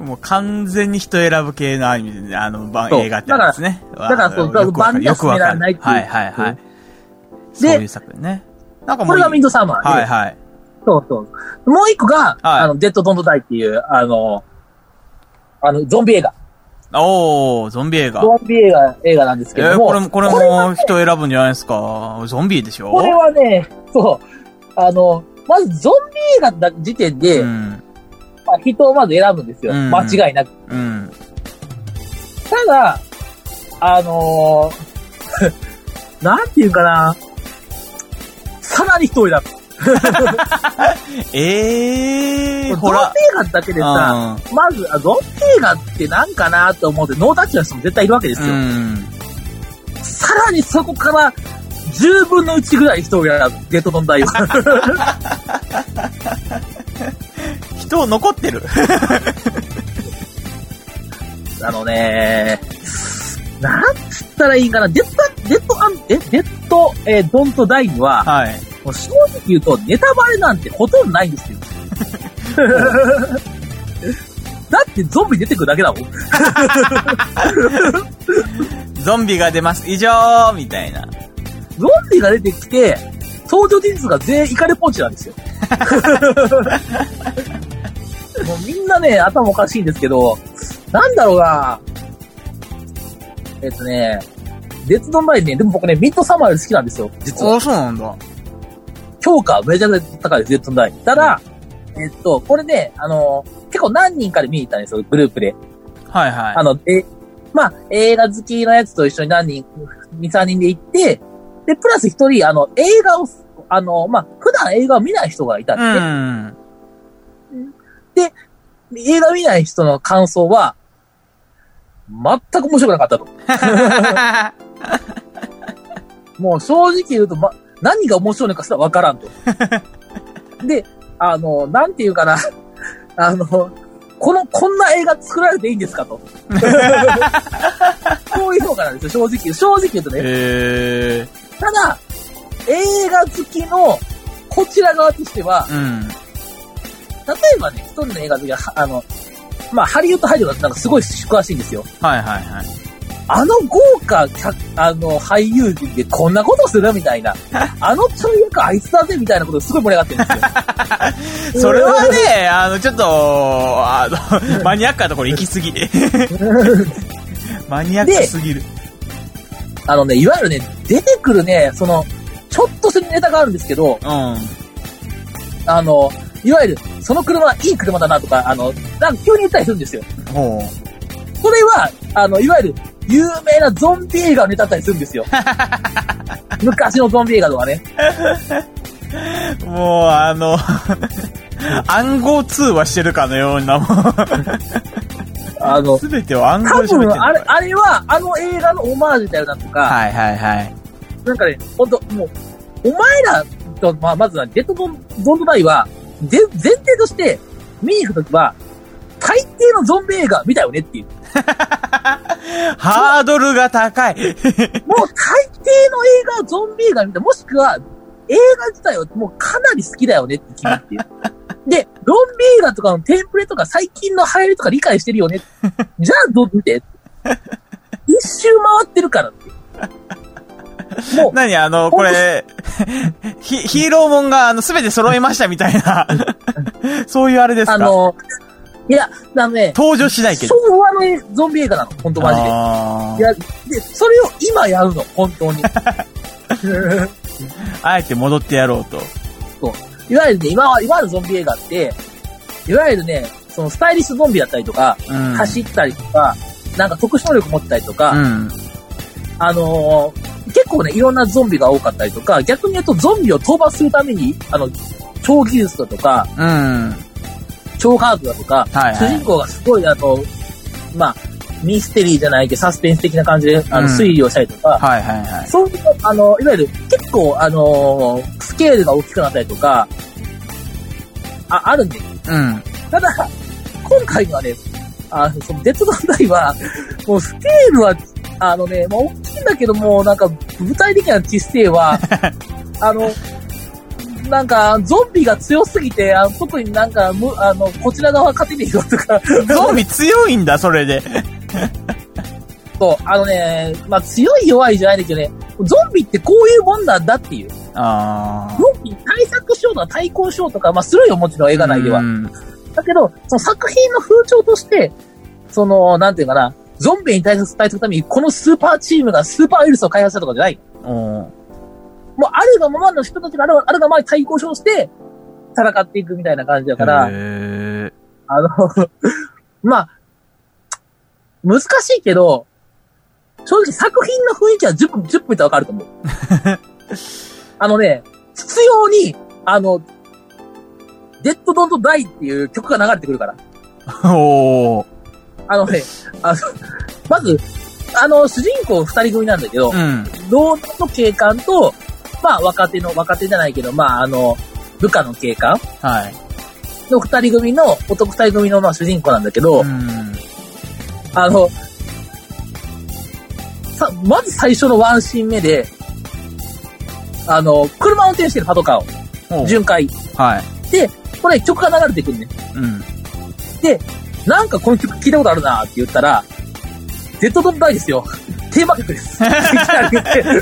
Speaker 4: うん、
Speaker 3: もう完全に人選ぶ系のアニメで、あの、ば
Speaker 4: そう
Speaker 3: 映画ってやつですね。だ
Speaker 4: からそうだからバンダスにならないっていう
Speaker 3: はいはいはい。そ
Speaker 4: で
Speaker 3: ういう作品ね。なんかも
Speaker 4: こ
Speaker 3: う
Speaker 4: れ
Speaker 3: いい、
Speaker 4: がミッドサマーで、
Speaker 3: はいはい。
Speaker 4: そうそう。もう一個が、あの、デッド・ドント・ダイっていう、あの、あの、ゾンビ映画。
Speaker 3: おー、ゾンビ映画。
Speaker 4: ゾンビ映画、映画なんです
Speaker 3: え
Speaker 4: けど
Speaker 3: ー、
Speaker 4: も。
Speaker 3: これも、これ
Speaker 4: は
Speaker 3: も
Speaker 4: ね
Speaker 3: 人選ぶんじゃないですか。ゾンビでしょ
Speaker 4: これはね、そう。あの、まずゾンビ映画だ時点で、
Speaker 3: うん。
Speaker 4: まあ、人をまず選ぶんですよ。
Speaker 3: うん
Speaker 4: 間違いなく。
Speaker 3: うん。
Speaker 4: ただ、あのー *laughs* なんていうかな。さらに人を選ぶ。
Speaker 3: え
Speaker 4: ゾ
Speaker 3: えー、
Speaker 4: ンビ
Speaker 3: ほ
Speaker 4: 映
Speaker 3: ら。
Speaker 4: 画だけで
Speaker 3: う
Speaker 4: さ、
Speaker 3: ん。
Speaker 4: まず、あゾンビ映画ってなんかなと思って、ノータッチの人も絶対いるわけですよ。
Speaker 3: うん。
Speaker 4: さらにそこから、10分の1ぐらい人を選ぶ。デッドドン
Speaker 3: *laughs*
Speaker 4: ダイは。
Speaker 3: 人残ってる。 *laughs*
Speaker 4: あのねなんつったらいいんかな。デッド、デッドアン、え、デッド、えードンとダイには、
Speaker 3: はい。
Speaker 4: もう正直言うと、ネタバレなんてほとんどないんですよ。だってゾンビ出てくるだけだもん。
Speaker 3: ゾンビが出ます。以上みたいな。
Speaker 4: ゾンビが出てきて、登場人数が全員イカレポンチなんですよ。もうみんなね、頭おかしいんですけど、なんだろうなえっとね、デッドドンライね、でも僕ね、ミッドサマーより好きなんですよ、実は。
Speaker 3: あ、そうなんだ。
Speaker 4: 評価はめちゃくちゃ高いです、デッドドンライン。ただ、えっと、これね、あの、結構何人かで見に行ったんですよ、グループで。
Speaker 3: はいはい。
Speaker 4: あの、え、まあ、映画好きのやつと一緒に何人、2、3人で行って、で、プラス一人、あの、映画を、あの、まあ、普段映画を見ない人がいたんで
Speaker 3: う
Speaker 4: すね、
Speaker 3: ん。
Speaker 4: 映画見ない人の感想は、全く面白くなかったと。もう正直言うと、ま、何が面白いのかすらわからん
Speaker 3: *laughs*
Speaker 4: と。で、あの、なんていうかな、あの、この、こんな映画作られていいんです
Speaker 3: *laughs*
Speaker 4: かと。こういう評価なんですよ、正直。正直言うとね。
Speaker 3: *laughs* えー、
Speaker 4: ただ、映画好きのこちら側としては、
Speaker 3: うん。
Speaker 4: 例えばね、一人の映画好きが、はあの、まあ、ハリウッド俳優がなんかすごい詳しいんですよ。
Speaker 3: はいはいはい。
Speaker 4: あの豪華客、あの、俳優陣でこんなことするみた
Speaker 3: *laughs*
Speaker 4: いな。あのちょい役あいつだぜみたいなことですごい盛り上がってるんですよ。
Speaker 3: *laughs* それはね、あの、ちょっと、あの、 *laughs* マニアックなところ行き過ぎ。 *laughs* マニアックすぎる。
Speaker 4: *laughs* あのね、いわゆるね、出てくるね、その、ちょっとしたネタがあるんですけど、
Speaker 3: うん。
Speaker 4: あの、いわゆる、その車はいい車だなとか、あの、なんか急に言ったりするんですよ。
Speaker 3: ほう。
Speaker 4: これは、あの、いわゆる、有名なゾンビ映画のネタだったりするんです
Speaker 3: *laughs*
Speaker 4: よ。昔のゾンビ映画とかね。
Speaker 3: もう、あの、 *laughs* 暗号通話してるかのようなも
Speaker 4: あの
Speaker 3: ん。、すべてを暗号
Speaker 4: 多
Speaker 3: で喋ってる
Speaker 4: 分、あれ、
Speaker 3: から
Speaker 4: あれは、あの映画のオマージュみたいなのとか、
Speaker 3: はいはいはい。
Speaker 4: なんかね、ほんと、もう、お前らと、まあ、まずは、デッドゾンゾンビバイは、で、前提として、見に行くときは、大抵のゾンビ映画見たよねっていう。
Speaker 3: ハードルが高い。
Speaker 4: もう大抵の映画はゾンビ映画見た、もしくは映画自体はもうかなり好きだよねって君
Speaker 3: *laughs*
Speaker 4: っていう。で、ゾンビ映画とかのテンプレとか最近の流行りとか理解してるよね。じゃあどう見て。一周回ってるからって。もう、
Speaker 3: 何あの、これ、ヒヒーローもんが、あの、すべて揃いましたみたいな、そういうあれですか
Speaker 4: あの、いや、あのね、
Speaker 3: 登場しないけ
Speaker 4: 昭
Speaker 3: ど。
Speaker 4: 和のゾンビ映画なの、本当マジで。
Speaker 3: あ
Speaker 4: い
Speaker 3: ー
Speaker 4: や、で、それを今や *laughs*
Speaker 3: *laughs*
Speaker 4: るの、本当に。
Speaker 3: あえて戻ってやろうと。
Speaker 4: そう。いわゆるね、今は、今あるゾンビ映画って、いわゆるね、そのスタイリッシュゾンビだったりとか、
Speaker 3: うん。
Speaker 4: 走ったりとか、なんか特殊能力持ってたりとか、
Speaker 3: うん。
Speaker 4: あのー結構ね、いろんなゾンビが多かったりとか、逆に言うとゾンビを討伐するために、あの、超技術だとか、
Speaker 3: うん。はい
Speaker 4: 超科学だとか、
Speaker 3: はい。
Speaker 4: 主人公がすごい、あの、まあ、ミステリーじゃないけど、サスペンス的な感じで、あの、
Speaker 3: うん
Speaker 4: 推理をしたりとか、
Speaker 3: はいはいはい。
Speaker 4: そういう、あの、いわゆる、結構、あのースケールが大きくなったりとか、あ、あるんで。
Speaker 3: うん。
Speaker 4: ただ、今回のはね、あの、その、デッドダンダイは、もう、スケールは、あのね、まあ、大きいんだけども、なんか、舞台的な知性は、あの、なんか、ゾンビが強すぎて、あの特になんか、むあの、こちら側勝てねえよとか、
Speaker 3: ゾンビ強いんだ、それで。
Speaker 4: そう、あのね、まあ、強い弱いじゃないんだけどね、ゾンビってこういうもんなんだっていう。
Speaker 3: あ
Speaker 4: ゾンビに対策しようとか対抗しようとか、まあ、するよ、もちろん映
Speaker 3: あ。
Speaker 4: 画内では。
Speaker 3: うん
Speaker 4: だけど、その作品の風潮として、その、なんていうかな、ゾンビに対策対策するために、このスーパーチームがスーパーウイルスを開発したとかじゃない。
Speaker 3: おー
Speaker 4: もう、あるがままの人たちがあるあるがままに対抗しようとして、戦っていくみたいな感じだから、
Speaker 3: へー
Speaker 4: あの、 *laughs* まあ、難しいけど、正直作品の雰囲気は10分、10分見たらわかる
Speaker 3: *laughs*
Speaker 4: と思う。あのね、必要に、あの、デッドドントダイっていう曲が流れてくるから。
Speaker 3: おー
Speaker 4: あのね、あの、まず、あの、主人公二人組なんだけど、
Speaker 3: うん。
Speaker 4: 老人の警官と、まあ、若手の、若手じゃないけど、まあ、あの、部下の警官
Speaker 3: はい。
Speaker 4: の二人組の、男二人組の、まあ、主人公なんだけど、
Speaker 3: うん。
Speaker 4: あの、さ、まず最初のワンシーン目で、あの、車を運転してるパトカーを、
Speaker 3: おー
Speaker 4: 巡回。
Speaker 3: はい。
Speaker 4: これ曲が流れてくるね。
Speaker 3: うん。
Speaker 4: なんかこの曲聞いたことあるなって言ったら、デッドドンダイですよ。 *laughs* テーマ曲
Speaker 3: *laughs*
Speaker 4: です。いき *laughs* なり言って
Speaker 3: メ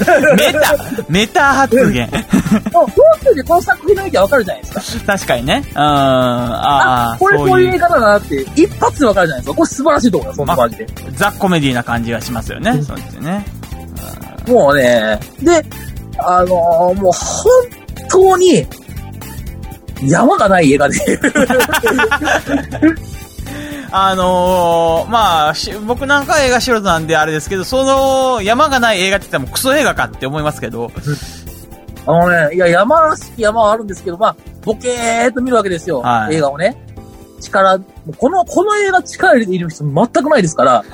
Speaker 4: *laughs*
Speaker 3: タ、メタ発言。 *laughs*
Speaker 4: もう、東京でこの作品の意味はわかるじゃないですか。
Speaker 3: 確かにね。うん。ああ、
Speaker 4: これこ
Speaker 3: そう
Speaker 4: いう
Speaker 3: い
Speaker 4: 映
Speaker 3: う
Speaker 4: 画だなって、一発でわかるじゃないですか。これ素晴らしいと思うよ、そんな感じで。
Speaker 3: ザ・コメディな感じがしますよ
Speaker 4: う
Speaker 3: ね。
Speaker 4: ん
Speaker 3: そうですよね。
Speaker 4: もうね、で、あのーもう本当に、山がない映画で。
Speaker 3: あのー、まあ、し僕なんかは映画素人なんであれですけど、その山がない映画って言ったらもうクソ映画かって思いますけど、
Speaker 4: あのね、いや、山らしき山はあるんですけど、まあ、ボケーっと見るわけですよ、
Speaker 3: はい
Speaker 4: 映画をね。力、もうこの、この映画力入れている人全くないです
Speaker 3: *laughs*
Speaker 4: から、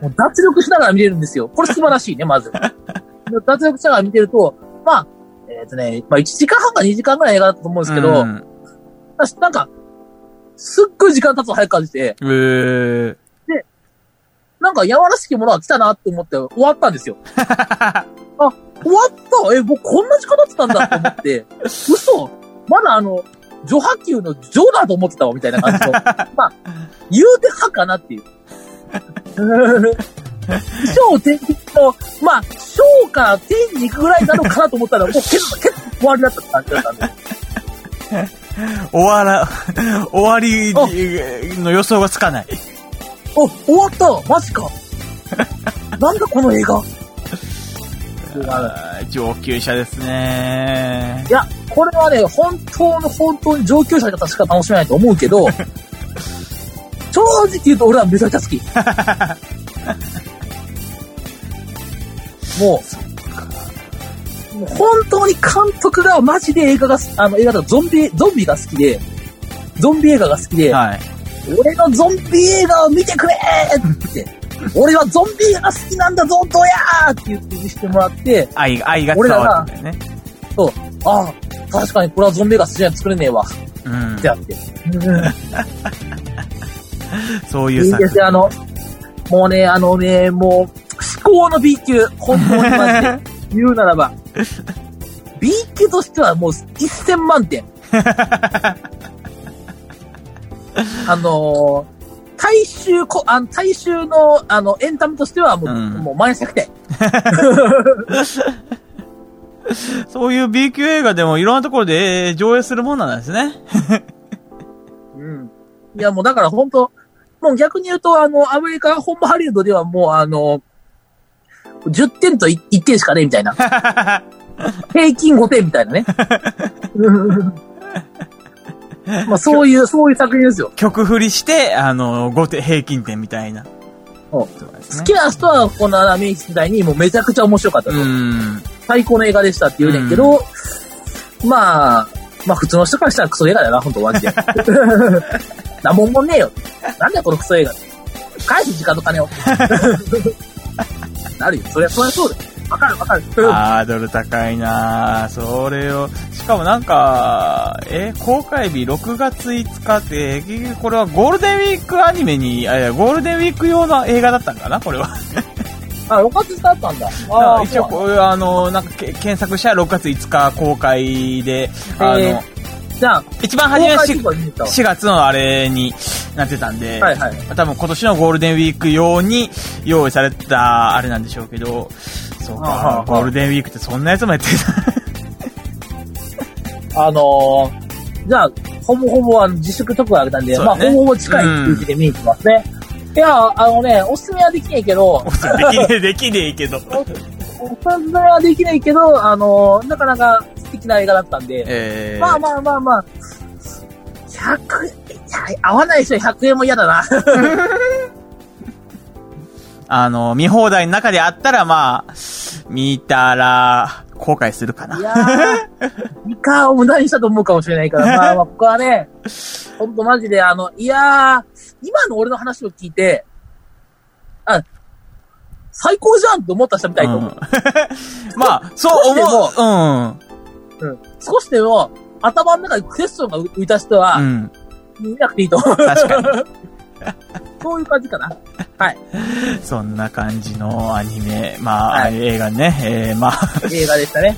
Speaker 4: もう脱力しながら見れるんですよ。これ素晴らしいね、まず。 *laughs* 脱力しながら見てると、まあ、えっ、とね、まあ1時間半か2時間ぐらいの映画だったと思うんですけど、
Speaker 3: うん
Speaker 4: 私なんか、すっごい時間経つの早く感じて、
Speaker 3: えー、
Speaker 4: なんか山らしきものが来たなって思って終わったんですよ。終わったえ、もうこんな時間経ってたんだと思って、嘘まだあの、女波球のジョだと思ってたわ、みたいな感じの。まあ、言うて派かなっていう。小天気の、まあ、小から天に行くぐらいなのかなと思ったら、もう結構、結構終わりだった感じだったんで。
Speaker 3: 終わら、 *laughs* 終わりの予想がつかない。
Speaker 4: お、終わったマジかなんだこの映画 *laughs*
Speaker 3: あー上級者ですね
Speaker 4: い。や、これはね、本当の本当に上級者の方しか楽しめないと思うけ
Speaker 3: *laughs*
Speaker 4: ど、正直言うと俺はめちゃくちゃ好き。もう、もう本当に監督がマジで映画がす、あの映画だとゾンビ、ゾンビが好きで、ゾンビ映画が好きで、
Speaker 3: はい。
Speaker 4: 俺のゾンビ映画を見てくれって、俺はゾンビ映画が好きなんだぞ、どやーって言って見せてもらって、
Speaker 3: 愛、愛が伝わるんだよね。
Speaker 4: ああ、確かにこれはゾンビ映画好きじゃない作れねえわ。
Speaker 3: うん
Speaker 4: って。あ
Speaker 3: *laughs*
Speaker 4: って。
Speaker 3: そういう
Speaker 4: いい
Speaker 3: 作
Speaker 4: で
Speaker 3: 品
Speaker 4: すよ、あの、もうね、あのね、もう、至高の B 級、本当にマジで、言うなら
Speaker 3: *laughs*
Speaker 4: ば。B 級としてはもう1000万
Speaker 3: *laughs*
Speaker 4: 点。あのー大衆こ、あの、大衆の、あの、エンタメとしてはもう、
Speaker 3: うん
Speaker 4: もうマイナス100点。
Speaker 3: そういう B 級映画でもいろんなところでえー上映するもんなんですね。
Speaker 4: うん。いや、もうだから本当もう逆に言うと、あの、アメリカ、本場ハリウッドではもう、あの、10点とい1点しかねえみたいな。平均5点みたいなね。まあそういう、そういう作品ですよ。
Speaker 3: 曲振りして、あの、5点、平均点みたいな。
Speaker 4: そう
Speaker 3: そうで
Speaker 4: 好
Speaker 3: すね
Speaker 4: きな人はこのアナメイ時代にもうめちゃくちゃ面白かった
Speaker 3: う
Speaker 4: と。
Speaker 3: ん。
Speaker 4: 最高の映画でしたって言うねんけど、まあ、まあ普通の人からしたらクソ映画だよな、ほんとマジで。なんもんもねえよ。なんだよこのクソ映画って。返す時間と金を。なるよ。そりゃそりゃそうだよ。わかるわかる。
Speaker 3: ハードル高いなぁそれを、しかもなんか、え、公開日6月5日って、結局これはゴールデンウィークアニメに、あいや、ゴールデンウィーク用の映画だったんかなこれは。
Speaker 4: あ、6月スタートなんだ。ああ、
Speaker 3: *laughs* 一応
Speaker 4: そう
Speaker 3: こう、あの、なんかけ検索したら6月5日公開で、あ
Speaker 4: へ
Speaker 3: の
Speaker 4: ー、じゃあ、
Speaker 3: 一番初
Speaker 4: 公
Speaker 3: めは
Speaker 4: 開
Speaker 3: し
Speaker 4: 時間見に行ったわ
Speaker 3: 4月のあれになってたんで、
Speaker 4: はいはい。
Speaker 3: 多分今年のゴールデンウィーク用に用意されたあれなんでしょうけど、そう
Speaker 4: あああ
Speaker 3: か
Speaker 4: あ、
Speaker 3: ゴールデンウィークってそんなやつもやって
Speaker 4: あのー、じゃあ、ほぼほぼあの自粛特番あげたんで、
Speaker 3: そう
Speaker 4: まあ、
Speaker 3: だね
Speaker 4: ほぼほぼ近い数字で見に行きますね。いや、あのね、おすすめはできないけど、
Speaker 3: た。
Speaker 4: *laughs*
Speaker 3: できねえ、できねえけど。
Speaker 4: おすすめはできないけど、あのー、なかなか素敵な映画だったんで、
Speaker 3: えー、
Speaker 4: まあまあまあまあ、100、いや合わない人は100円も嫌だな。
Speaker 3: あの、見放題の中であったら、まあ、見たら、後悔するか
Speaker 4: い
Speaker 3: な。
Speaker 4: やー、 *laughs* いかを無駄にしたと思うかもしれない *laughs* から、まあまあ、ここはね、ほんとマジで、あの、いやー、今の俺の話を聞いて、あ、最高じゃんって思った人みたいと思う。
Speaker 3: うん *laughs* まあ、そ
Speaker 4: 少
Speaker 3: う
Speaker 4: し
Speaker 3: 思
Speaker 4: うん。少しでも、頭の中にクエスチョンが浮いた人は
Speaker 3: う。う、ん。うん。
Speaker 4: 見なくていいと *laughs* 思う。
Speaker 3: 確か
Speaker 4: そういう感じかな。はい。
Speaker 3: に。そんな感じのアニメ、まあ、
Speaker 4: は
Speaker 3: 映画ね、えー、まあ、
Speaker 4: 映画でしたね。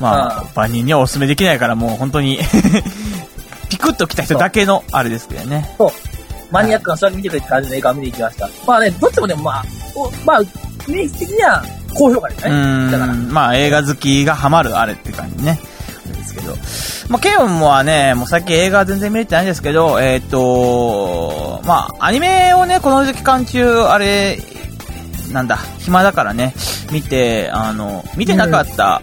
Speaker 3: まあ、万人にはお勧めできないから、もう本当に、 *laughs* ピクッと来た人だけの、あれですけどね。
Speaker 4: マニアックな人だけ見てくれって感じの映画を見に行きました。まあね、どっちもね、まあ、おまあ、イメージ的には高評価です
Speaker 3: う
Speaker 4: ね。だから
Speaker 3: ーん、まあ、映画好きがハマるあれって感じね。ですけど。まあ、ケイオンはね、もうさっき映画全然見れてないんですけど、えっ、とまあ、アニメをね、この期間中、あれ、なんだ、暇だからね、見て、あの、見てなかった、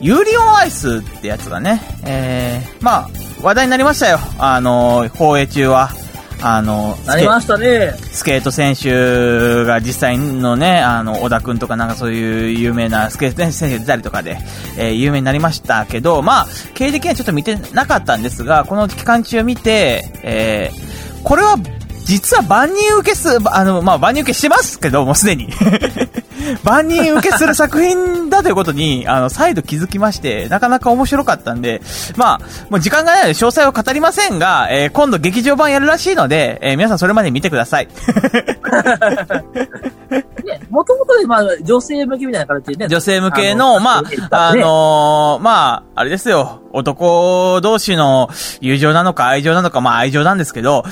Speaker 3: ユーリオンアイスってやつがね、えー、まあ、話題になりましたよ。あの、放映中は。あの、
Speaker 4: なりましたね。
Speaker 3: スケート選手が実際のね、あの、小田くんとかなんかそういう有名なスケート選手出たりとかで、えー有名になりましたけど、まあ、経営的にはちょっと見てなかったんですが、この期間中見て、えーこれは、実は万人受けす、あの、まあ、万人受けしてますけど、もうすでに。 *laughs* 万人受けする作品だということに、あの、再度気づきまして、なかなか面白かったんで、まあ、もう時間がないので詳細は語りませんが、えー今度劇場版やるらしいので、えー皆さんそれまで見てください。
Speaker 4: ね、もともとね、まあ、女性向けみたいな感じでね。
Speaker 3: 女性向けの、まあ、あ
Speaker 4: ね
Speaker 3: のーまあ、あれですよ。男同士の友情なのか愛情なのか、まあ愛情なんです
Speaker 4: *laughs*
Speaker 3: けど、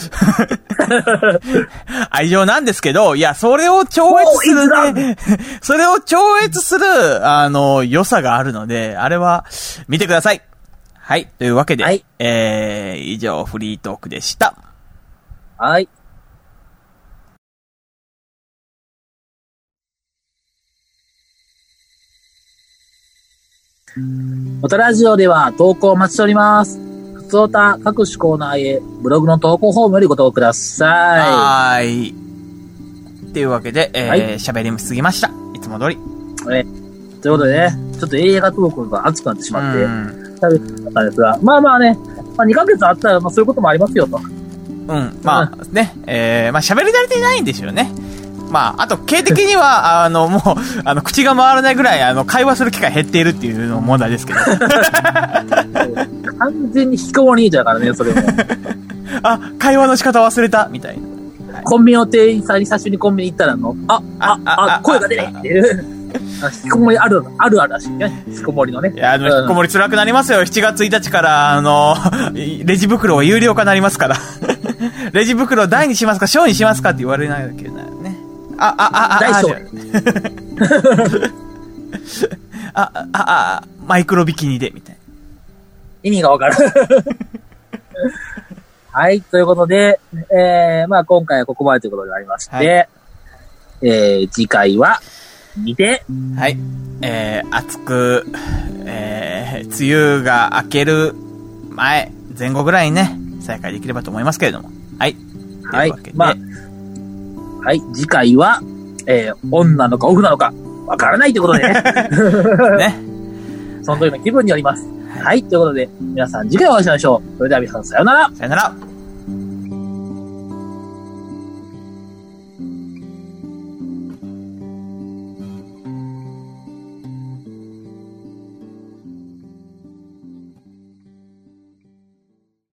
Speaker 3: 愛情なんですけど、いや、それを超越するね、 *laughs* それを超越する、あの、良さがあるので、あれは、見てください。はい。というわけで、
Speaker 4: はい
Speaker 3: えー、以上、フリートークでした。
Speaker 4: はい。オタラジオでは投稿をお待ちしております。普通オタ各種コーナーへブログの投稿フォームよりご投稿くださ
Speaker 3: はーい。というわけで、
Speaker 4: はい
Speaker 3: えー、喋、りすぎました。いつも通り。
Speaker 4: い。ということでね、ちょっと映画トークが熱くなってしまって、
Speaker 3: うん
Speaker 4: 喋ったんですが、まあまあね、まあ、2ヶ月あったら、まあそういうこともありますよ
Speaker 3: *laughs*
Speaker 4: と。
Speaker 3: うん、まあ、ね、えー、まあ喋り慣れてないんですよね。まあ、あと、経営的には、 *laughs* あの、もう、あの、口が回らないぐらい、あの、会話する機会減っているっていうのも問題ですけど。
Speaker 4: 完全に引きこもりだからね、それ
Speaker 3: *laughs*
Speaker 4: も。
Speaker 3: *laughs* あ、会話の仕方忘れた、みたいな。
Speaker 4: コンビニの店員さんに最初にコンビニ行ったらあの、あ、あ、
Speaker 3: あ
Speaker 4: あ、
Speaker 3: あ
Speaker 4: 声が出ないっていう。あ引きこもりある、あるあるらしいね。引きこもりのね。
Speaker 3: いや、あの、引きこもり辛くなりますよ。7月1日から、あの、 *laughs* レジ袋を有料化になりますから。 *laughs* レジ袋を大にしますか、小にしますかって言われないけどね。あ、あ、あ、あ、
Speaker 4: 大
Speaker 3: あ
Speaker 4: 小
Speaker 3: じ *laughs* ゃああ、あ、あ、あマイクロビキニで、みたいな。
Speaker 4: 意味がわかる。 *laughs* はい、ということで、えー、まあ今回はここまでということになりまして、
Speaker 3: は
Speaker 4: えー、次回は、見て、
Speaker 3: はい。えー、暑く、えー、梅雨が明ける前、前後ぐらいにね、再開できればと思いますけれども。はい。
Speaker 4: はい
Speaker 3: とうわけ。で
Speaker 4: まあ、はい。次回は、えー、オンなのかオフなのか、わからないということ
Speaker 3: *laughs*
Speaker 4: でね。
Speaker 3: ね。
Speaker 4: その時の気分によります。はい。ということで、皆さん次回お会いしましょう。それでは皆さん、さようなら。
Speaker 3: さよなら。